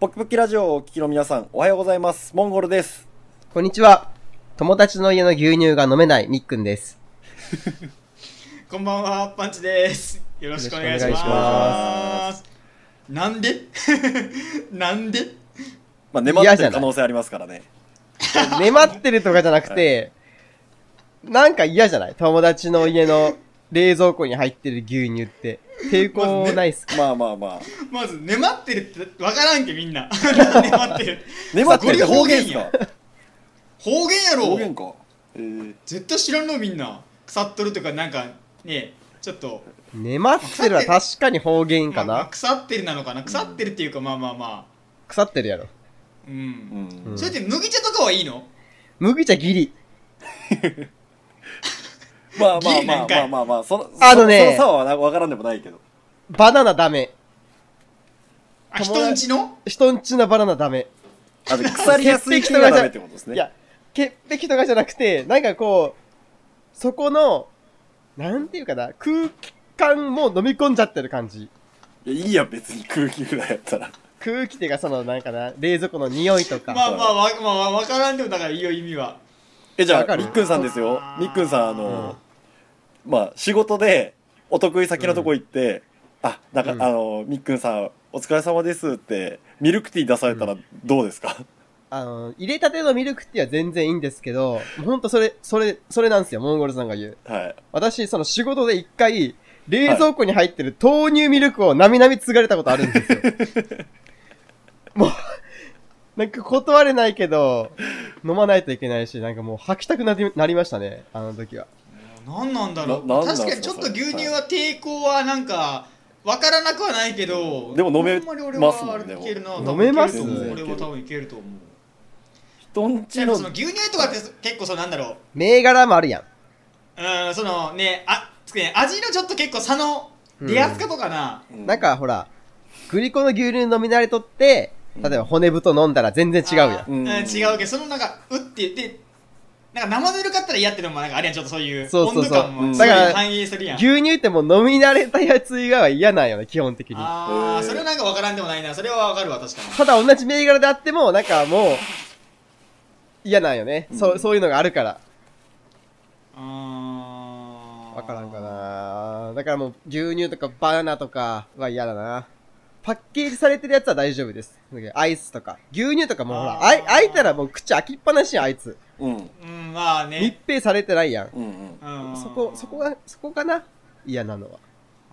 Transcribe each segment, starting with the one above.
ポキポキラジオをお聞きの皆さん、おはようございます。モンゴルです。こんにちは。友達の家の牛乳が飲めないみっくんです。こんばんは、パンチです。よろしくお願いしよろしくお願ます。なんで なんでまあ、粘ってる可能性ありますからね。粘ってるとかじゃなくて、なんか嫌じゃない友達の家の冷蔵庫に入ってる牛乳って。抵抗ないっすか、まあまあまあ。まず、粘ってるってわからんけ、みんな。粘ってる。粘ってるって方言っすやか方言方やろ言か。えー、絶対知らんの、みんな。腐っとるとか、なんか、ねちょっと、粘ってるは確かに方言かまあな腐ってるなのかな。腐ってるっていうか、まあまあまあ。腐ってるやろ。う。うんん。それって、麦茶とかはいいの麦茶ギリ。まあまあギリまなあんかまあいまあまあ、その、あのねその差はなわからんでもないけど。バナナダメ。あ、友人ん達ちの人んちのバナナダメ。あの、腐りやすい系がダメってことですね。いや、潔癖とかじゃなくて、なんかこう、そこの、なんていうかな、空気感も飲み込んじゃってる感じ。いや、いいやん、別に空気ぐらいやったら。空気っていうかそのなんかな冷蔵庫の匂いとか、まあまあ、わまあ、わからんでも、だからいいよ、意味は。え、じゃわあ、かるみっくんさんですよ。みっくんさん、あの、まあ、仕事で、お得意先のとこ行って、あ、なんか、うんあの、みっくんさん、お疲れ様ですって、ミルクティー出されたらどうですか、 あの入れたてのミルクティーは全然いいんですけどほんとそれそれそれなんですよモンゴルさんが言うはい。私その仕事で一回冷蔵庫に入ってる豆乳ミルクをなみなみ継がれたことあるんです よもうなんか断れないけど飲まないといけないしなんかもう吐きたくなりなりましたねあの時は何なんだろうななんなん確かにちょっと牛乳は抵抗はなんか分からなくはないけどでも飲めあんまり俺ますはもんあねれいけるな飲めます多分いけると思いけるう俺は多分いけると思う人んじちゃあのその牛乳とかって結構そのなんだろう銘柄もあるやんうんそのねあつくね味のちょっと結構差の出やすかとかな、うんなんかほらグリコの牛乳飲み慣れとって例えば骨太飲んだら全然違うやんあーうん、うん違うけどそのなんかうって言ってなんか生ぬるかったら嫌ってのもなんかあれやんちょっとそういうそうそうそう温度感うんもすごいだから反映するやん、牛乳ってもう飲み慣れたやつ以外は嫌なんよね、基本的に。あへーあそれはなんか分からんでもないなそれは分かるわ確かにただ同じ銘柄であっても、なんかもう、嫌なんよね。そうう、んそういうのがあるから。あーわからんかなだからもう、牛乳とかバナナとかは嫌だな。パッケージされてるやつは大丈夫です。アイスとか。牛乳とかもうほら、あーあい開いたらもう口開きっぱなしやん、あいつ。うんうんまあね密閉されてないやん。うんうんうんそこ、そこが、そこかな嫌なのは。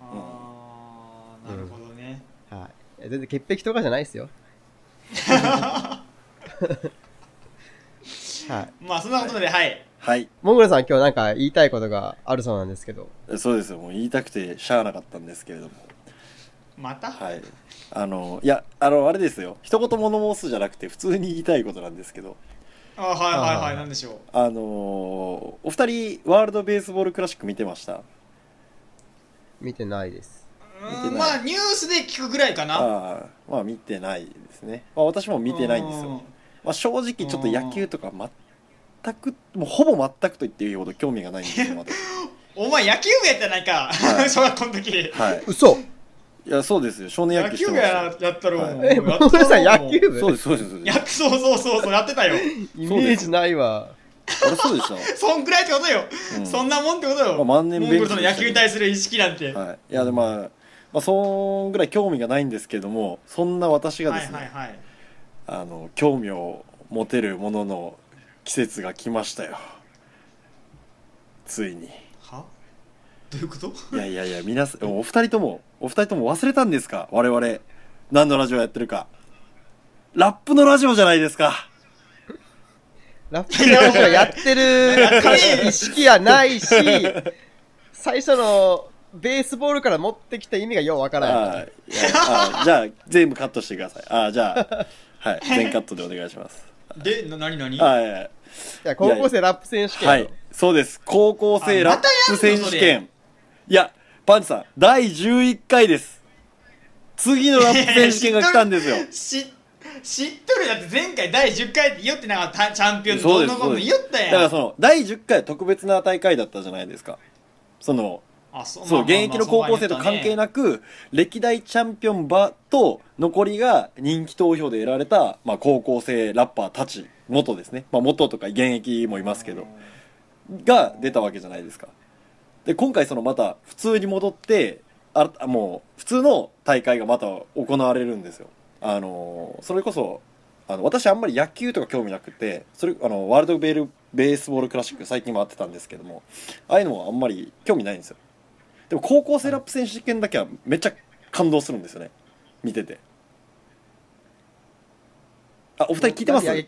あーなるほどね、はい。いや全然潔癖とかじゃないですよ。はい。まあそんなことではい、はいモンゴルさん今日なんか言いたいことがあるそうなんですけど。そうですよもう言いたくてしゃあなかったんですけれどもまた、はいあのいやあのあれですよ一言物申すじゃなくて普通に言いたいことなんですけどあはいはいはあーいなんでしょうあのーお二人ワールドベースボールクラシック見てました見てないです。見うてんないまあニュースで聞くぐらいかなああまあ見てないですね、まあ、私も見てないんですよ、まあ、正直ちょっと野球とか全くもうほぼ全くと言っていいほど興味がないんですよまだうんお前野球部やったないか、はい 小学校の時はい嘘いやそうですよ少年野野球し球て部ましたややったろ、はいもうえ、やモっンゴルさんたろ野球部そうですそうですそうでやすそうそうそうそうやってた よイメージないわ。あれそうでしたそんくらいってことよ、うんそんなもんってことよ、まあ万年モベンンゴチルとの野球に対する意識なんて、はいはい、いやでまあ、まあ、そんぐらい興味がないんですけどもそんな私がはでいすね、はいあの興味を持てるものの季節が来ましたよついにはどういうこといやいやいや皆さんお二人ともお二人とも忘れたんですか我々何のラジオやってるかラップのラジオじゃないですかラップの話をやってる意識はないし、最初のベースボールから持ってきた意味がようわからない。はいいやあじゃあ全部カットしてくださいあじゃあ、はい、全カットでお願いしますでな何何 はいはいはいいや、高校生ラップ選手権はいの。、そうです。高校生あラップまたや選んの手権。いや、パンチさん、第11回です。次のラップ選手権が来たんですよ。し知っとるだって前回第10回って言おってなかったチャンピオンそうどでんすどんどんそうです言おっただかやらんその、第10回は特別な大会だったじゃないですか。その、あそそう、現役の高校生と関係いなく、歴代チャンピオン馬と、残りが人気投票で得られた、まあ、高校生ラッパーたち、元ですね。まあ、元とか現役もいますけど、が出たわけじゃないですか。で、今回そのまた、普通に戻って、ああもう、普通の大会がまた行われるんですよ。あのーそれこそ、あの、私あんまり野球とか興味なくて、それ、あの、ワールドベール、ベースボールクラシック最近回ってたんですけども、ああいうのはあんまり興味ないんですよ。でも高校生ラップ選手権だけはめっちゃ感動するんですよね見ててあお二人聞いてますやいや、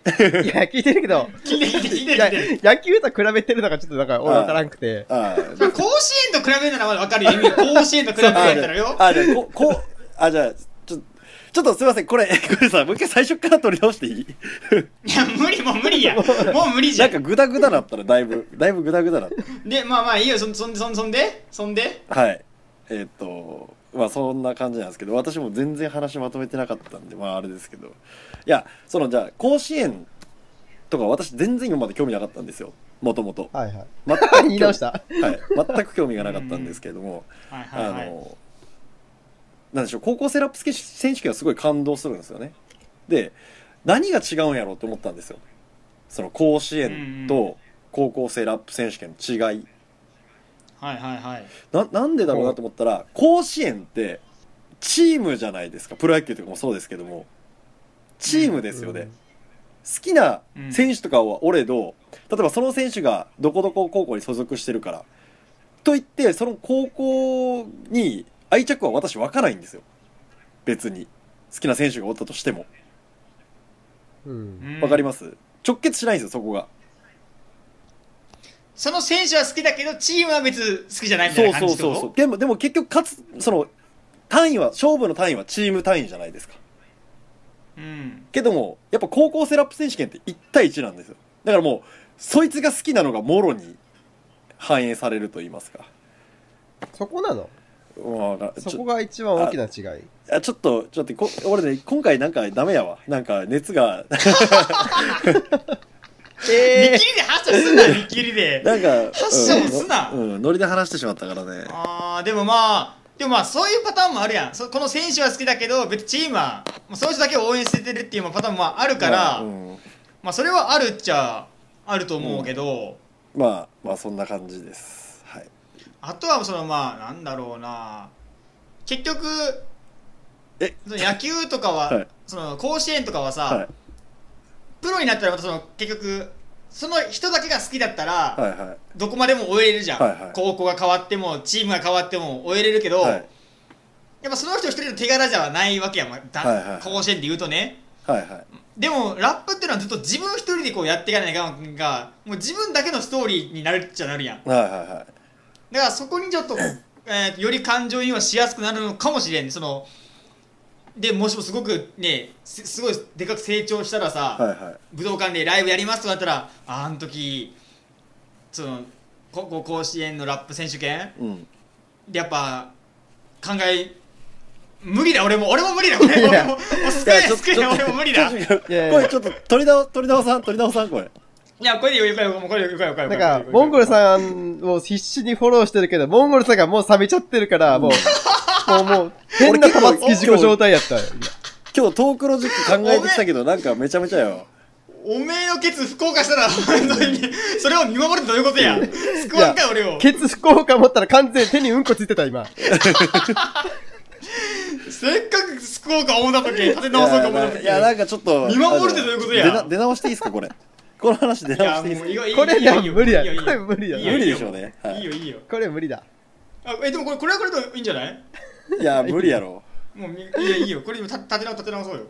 聞いてるけど、聞いて聞いて聞いていや野球と比べてるのがちょっとなんか俺わからんくて。あまあ甲子園と比べるならまだ分かるよ意味甲子園と比べるんだったらよ ああじゃあここうあじゃあちょちょっとすいませんこれこれさもう一回最初から取り直していいいや無理もう 無理やもう無理じなゃんかんグダグダだったらだいぶだいぶグダグダだっでまあまあいいよそんそんそんそんでそんでたはいえーっとまあそんな感じなんですけど私も全然話まとめてなかったんでまああれですけどいやそのじゃあ甲子園とか私全然今まで興味なかったんですよもともとはいはい。全く 言い直した。はい、全く興味がなかったんですけれど も、はいはいあはいの、なんでしょう、高校生ラップ選手権はすごい感動するんですよね。で、何が違うんやろうと思ったんですよ。その甲子園と高校生ラップ選手権の違い。はいはいはいななんでだろうなと思ったら、甲子園ってチームじゃないですか。プロ野球とかもそうですけども、チームですよね。うん好きな選手とかはおれど、例えばその選手がどこどこ高校に所属してるから、と言って、その高校に愛着は私湧かないんですよ。別に。好きな選手がおったとしても。う。うんんわかります直結しないんですよ、そこが。その選手は好きだけどチームは別好きじゃないみたそいうなそう感じってそこうとそう。でも、でも結局、勝つ、その、単位は、勝負の単位はチーム単位じゃないですか。うんけども、やっぱ高校セラップ選手権って1対1なんですよ。だからもう、そいつが好きなのがもろに反映されると言いますか。そこなのうんわかちょそこが一番大きな違い。あちょっとちょっとこ俺ね今回なんかダメやわなんか熱がえ見切りで発射すんな見切りでなんか発射もすなうん、うんノリで話してしまったからねあーでもまあでもまあそういうパターンもあるやんそこの選手は好きだけど別にチームはもうそういう人だけを応援してるっていうパターンもあるから、まあうんまあそれはあるっちゃあると思うけど、まあまあそんな感じですはいあとはそのまあなんだろうな結局えその野球とかは、はいその甲子園とかはさ、はいプロになったらまたその結局その人だけが好きだったら、はいはいどこまでも追えれるじゃん、はいはい高校が変わってもチームが変わっても追えれるけど、はいやっぱその人一人の手柄じゃないわけやもんだ、はいはい甲子園で言うとねはいはいでもラップっていうのはずっと自分一人でこうやっていかないががもう自分だけのストーリーになるっちゃなるやんはいはいはいだからそこにちょっと、えーより感情移入はしやすくなるのかもしれんそのでもしもすごくねすすごいでかく成長したらさ、はいはい武道館でライブやりますとかだったらああの時そのここ甲子園のラップ選手権うんでやっぱ考え無理だ俺も俺も無理だ俺も俺ももう少ない少ない俺も無理だいこいやいやれちょっと取り直取り直さん取り直さんこれやこれでよいいよこれでよいいよこれでなよいんいよこれでよいいよか、モンゴルさんを必死にフォローしてるけど、モンゴルさんがもう冷めちゃってるから、もう、もう、もう、変な玉付き自己状態やった。今日トークロジック考えてきたけどなんかめちゃめちゃよおめえのケツ不幸化したら本当にそれを見守るってどういうことや救わんかい俺をケツ不幸か持ったら完全に手にうんこついてた、今。せっかく救おうか思った時立て直そうか思った時いやなんかちょっと見守るってどういうことやあの出な出直していいですかこれこの話出いや直していいでもすかういいよいいよこれいいよいや無理やいいよいいよこれ無理やないいよ無理でしょうねはいいよいいよこれ無理だ。あえでもこれこれはこれでいいんじゃないいや無理やろもうみいやいいよこれ今立て直立て直そうよ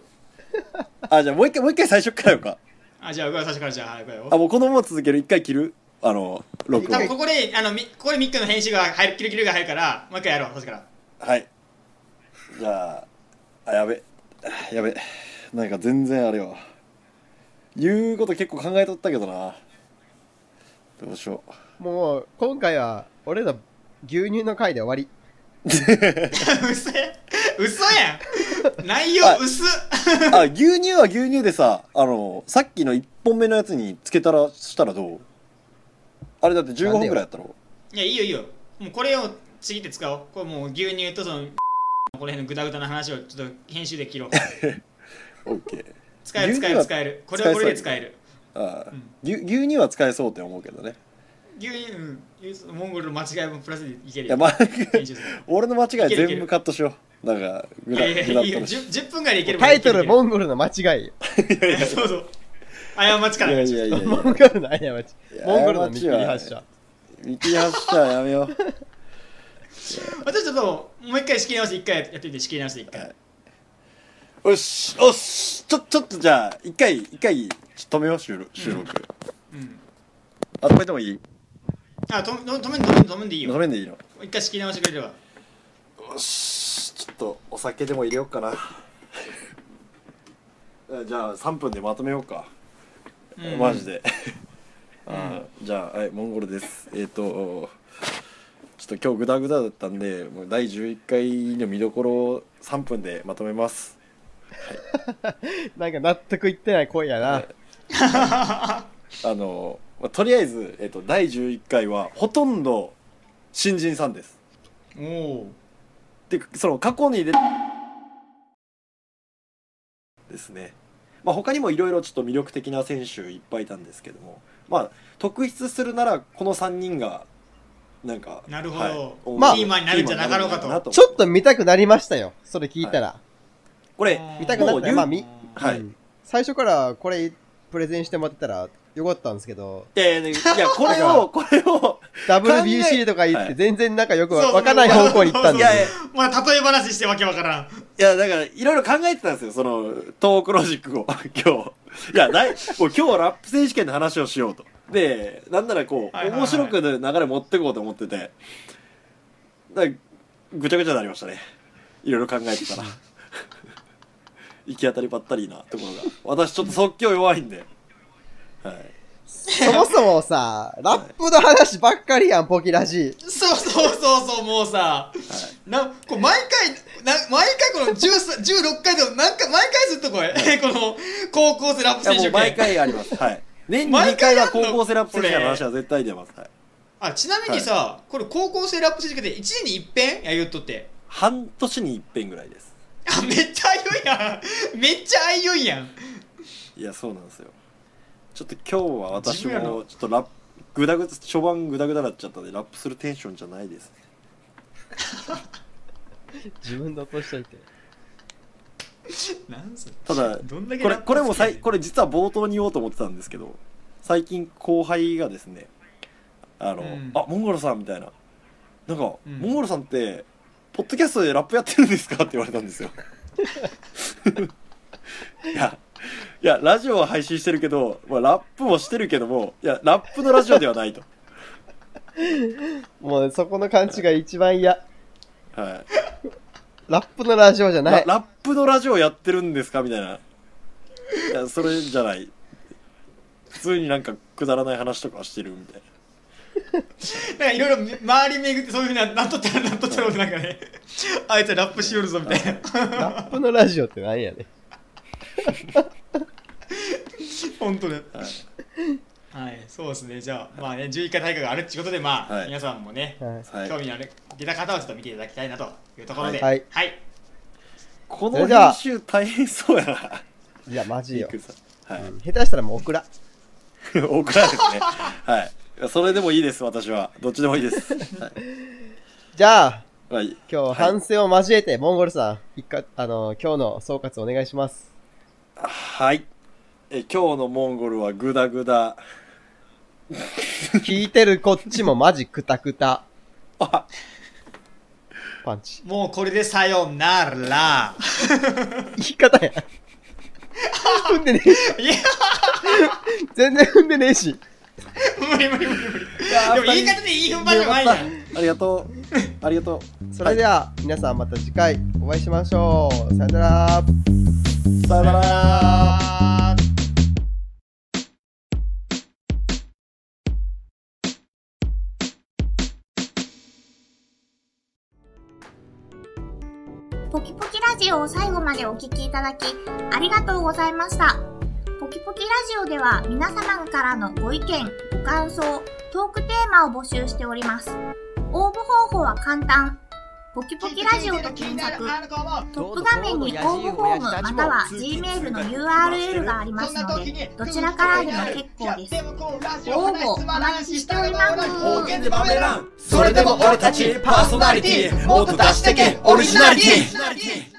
あじゃあもう一回もう一回最初からよかあじゃあ最初からじゃあはいこれよあもうこのまま続ける一回切るあの録多分音ここであのみここでミックの編集が入るキルキルが入るからもう一回やろう確から はいじゃああやべあやべなんか全然あれよ言うこと結構考えとったけどなどうしよもう、今回は、俺の牛乳の回で終わり。嘘や嘘やん内容はい薄 う あ牛乳は牛乳でさあのさっきの1本目のやつにつけたらしたらどうあれだって15分ぐらいやったろいやいいよいいよもうこれをちぎって使おうこれもう牛乳とそのこの辺のグダグダな話をちょっと編集で切ろうオッケー使える牛使乳えはる使えるこれはこれで使えるああ、牛牛乳は使えそうって思うけどね牛乳、うん、牛乳モンゴルの間違いもプラスでいけいるやよまあ編集する俺の間違いいけるいけ全部るカットしようなんかグいラやグいやラいいッとよの 10, 10分ぐらいでいけるタイトル、モンンゴルの間違いよ。ゴル そうそう過ちからいやいやいやいモやンゴルの間違い。やモンゴルの見切り過発ちは射。見切り発車やめよう私ちょっともう一回仕切り直して一回やってみて仕切り直して一回、はいよしよしちょちょっとじゃあ一回一回止めよう収録収録、うん、あ止めてもいいあとと止めん止めん止めんでいい止よめんでいいの一回仕切り直してくれればよしちょっとお酒でも入れようかな えじゃあ3分でまとめようか、うんマジで あーじゃあ、はい、モンゴルですえっ、とちょっと今日グダグダだったんでもう第11回の見どころを3分でまとめますなんか納得いってない声やな。あの、まあとりあえず、えっと第11回はほとんど新人さんですおおでその過去に出ですね、まあ、他にもいろいろちょっと魅力的な選手いっぱいいたんですけどもまあ特筆するならこの3人がなんかなるほどはいまあキマになるんじゃなかろうかとちょっと見たくなりましたよ。それ聞いたら。これ見たくなもっうた言ら、うまあ見、はいうん最初からこれプレゼンしてもらってたらよかったんですけど、いやいやいやこれ をこれを WBC とか言っはいて全然なんかよくそわうわかんない方向に行ったんいでやいやすよ。まあ例え話してわけわからんいや、だから、いろいろ考えてたんですよ、その、トークロジックを、 今日。いや、ない、もう今日はラップ選手権の話をしようと。で、なんならこう、はいはいはい面白く流れ持ってこうと思ってて、だからぐちゃぐちゃになりましたね。いろいろ考えてた ら。行き当たりばったりなところが。私ちょっと即興弱いんで。はい。そもそもさ、ラップの話ばっかりやん、ポキラジ。そうそうそうそうもうさ、なこう毎回な毎回この13 16回でもなんか毎回ずっとこれ、 この高校生ラップいや、選も手う毎権回あります。 はい。年に毎2回回やんはの高校生ラップ選手権の話は絶対出ます。はい。あちなみにさ、これ高校生ラップ選手権で1年に一遍や言っとって半年に一遍ぐらいです。あめっちゃあいよいやんめっちゃあいよいやんいやそうなんですよちょっと今日は私自分らものちょっとラップグダグダ序盤グダグダなっちゃったんでラップするテンションじゃないですね自分で落としといて。なんすただどんだけこれラップこれもさ好いきやねんこれ実は冒頭に言おうと思ってたんですけど最近後輩がですねあの、うんあモンゴルさんみたいななんか、うんモンゴルさんってポッドキャストでラップやってるんですかって言われたんですよいやいやラジオは配信してるけど、まあ、ラップもしてるけどもいやラップのラジオではないともうそこの勘違い一番嫌。はいラップのラジオじゃないラ。ラップのラジオやってるんですかみたいな。いや、それじゃない。普通になんかくだらない話とかしてるみたいなんかいろいろ周り巡ってそういうふうにななっとったらなっとったらなんかねあいつはラップしよるぞみたいなラップのラジオって何やねん。本当ねな。はい。はい、そうですね。じゃあ、まあね、11回大会があるっていうことで、まあ、はい皆さんもね、はいはい興味のある、出た方はちょっと見ていただきたいなというところで、はいはい。こそのれじゃあ編集大変そうやな。いや、マジよい。くさ はい。下手したらもうオクラ。オクラですね。はい。それでもいいです、私は。どっちでもいいです。はい。じゃあ、まあ、い今日はい反省を交えて、モンゴルさん、一回、あの、今日の総括お願いします。はい。え、今日のモンゴルはグダグダ。聞いてるこっちもマジクタクタ。あ、パンチ。もうこれでさよなら。言い方や。踏んでねえし。いや、全然踏んでねえし。無理無理無理無理。やでも言い方でいい踏ん張りじゃないやん。ありがとう。ありがとそれでは、皆さんまた次回お会いしましょう。さよなら。う。さよなら。あーポキポキラジオを最後までお聞きいただき、ありがとうございました。ポキポキラジオでは皆様からのご意見、ご感想、トークテーマを募集しております。応募方法は簡単。ポキポキラジオと検索、トップ画面に応募フォームまたは Gmail の URL がありますので、どちらからでも結構です。応募お待ちしております。方言で豆らんそれでも俺たちパーソナリティもっと出してけオリジナリティ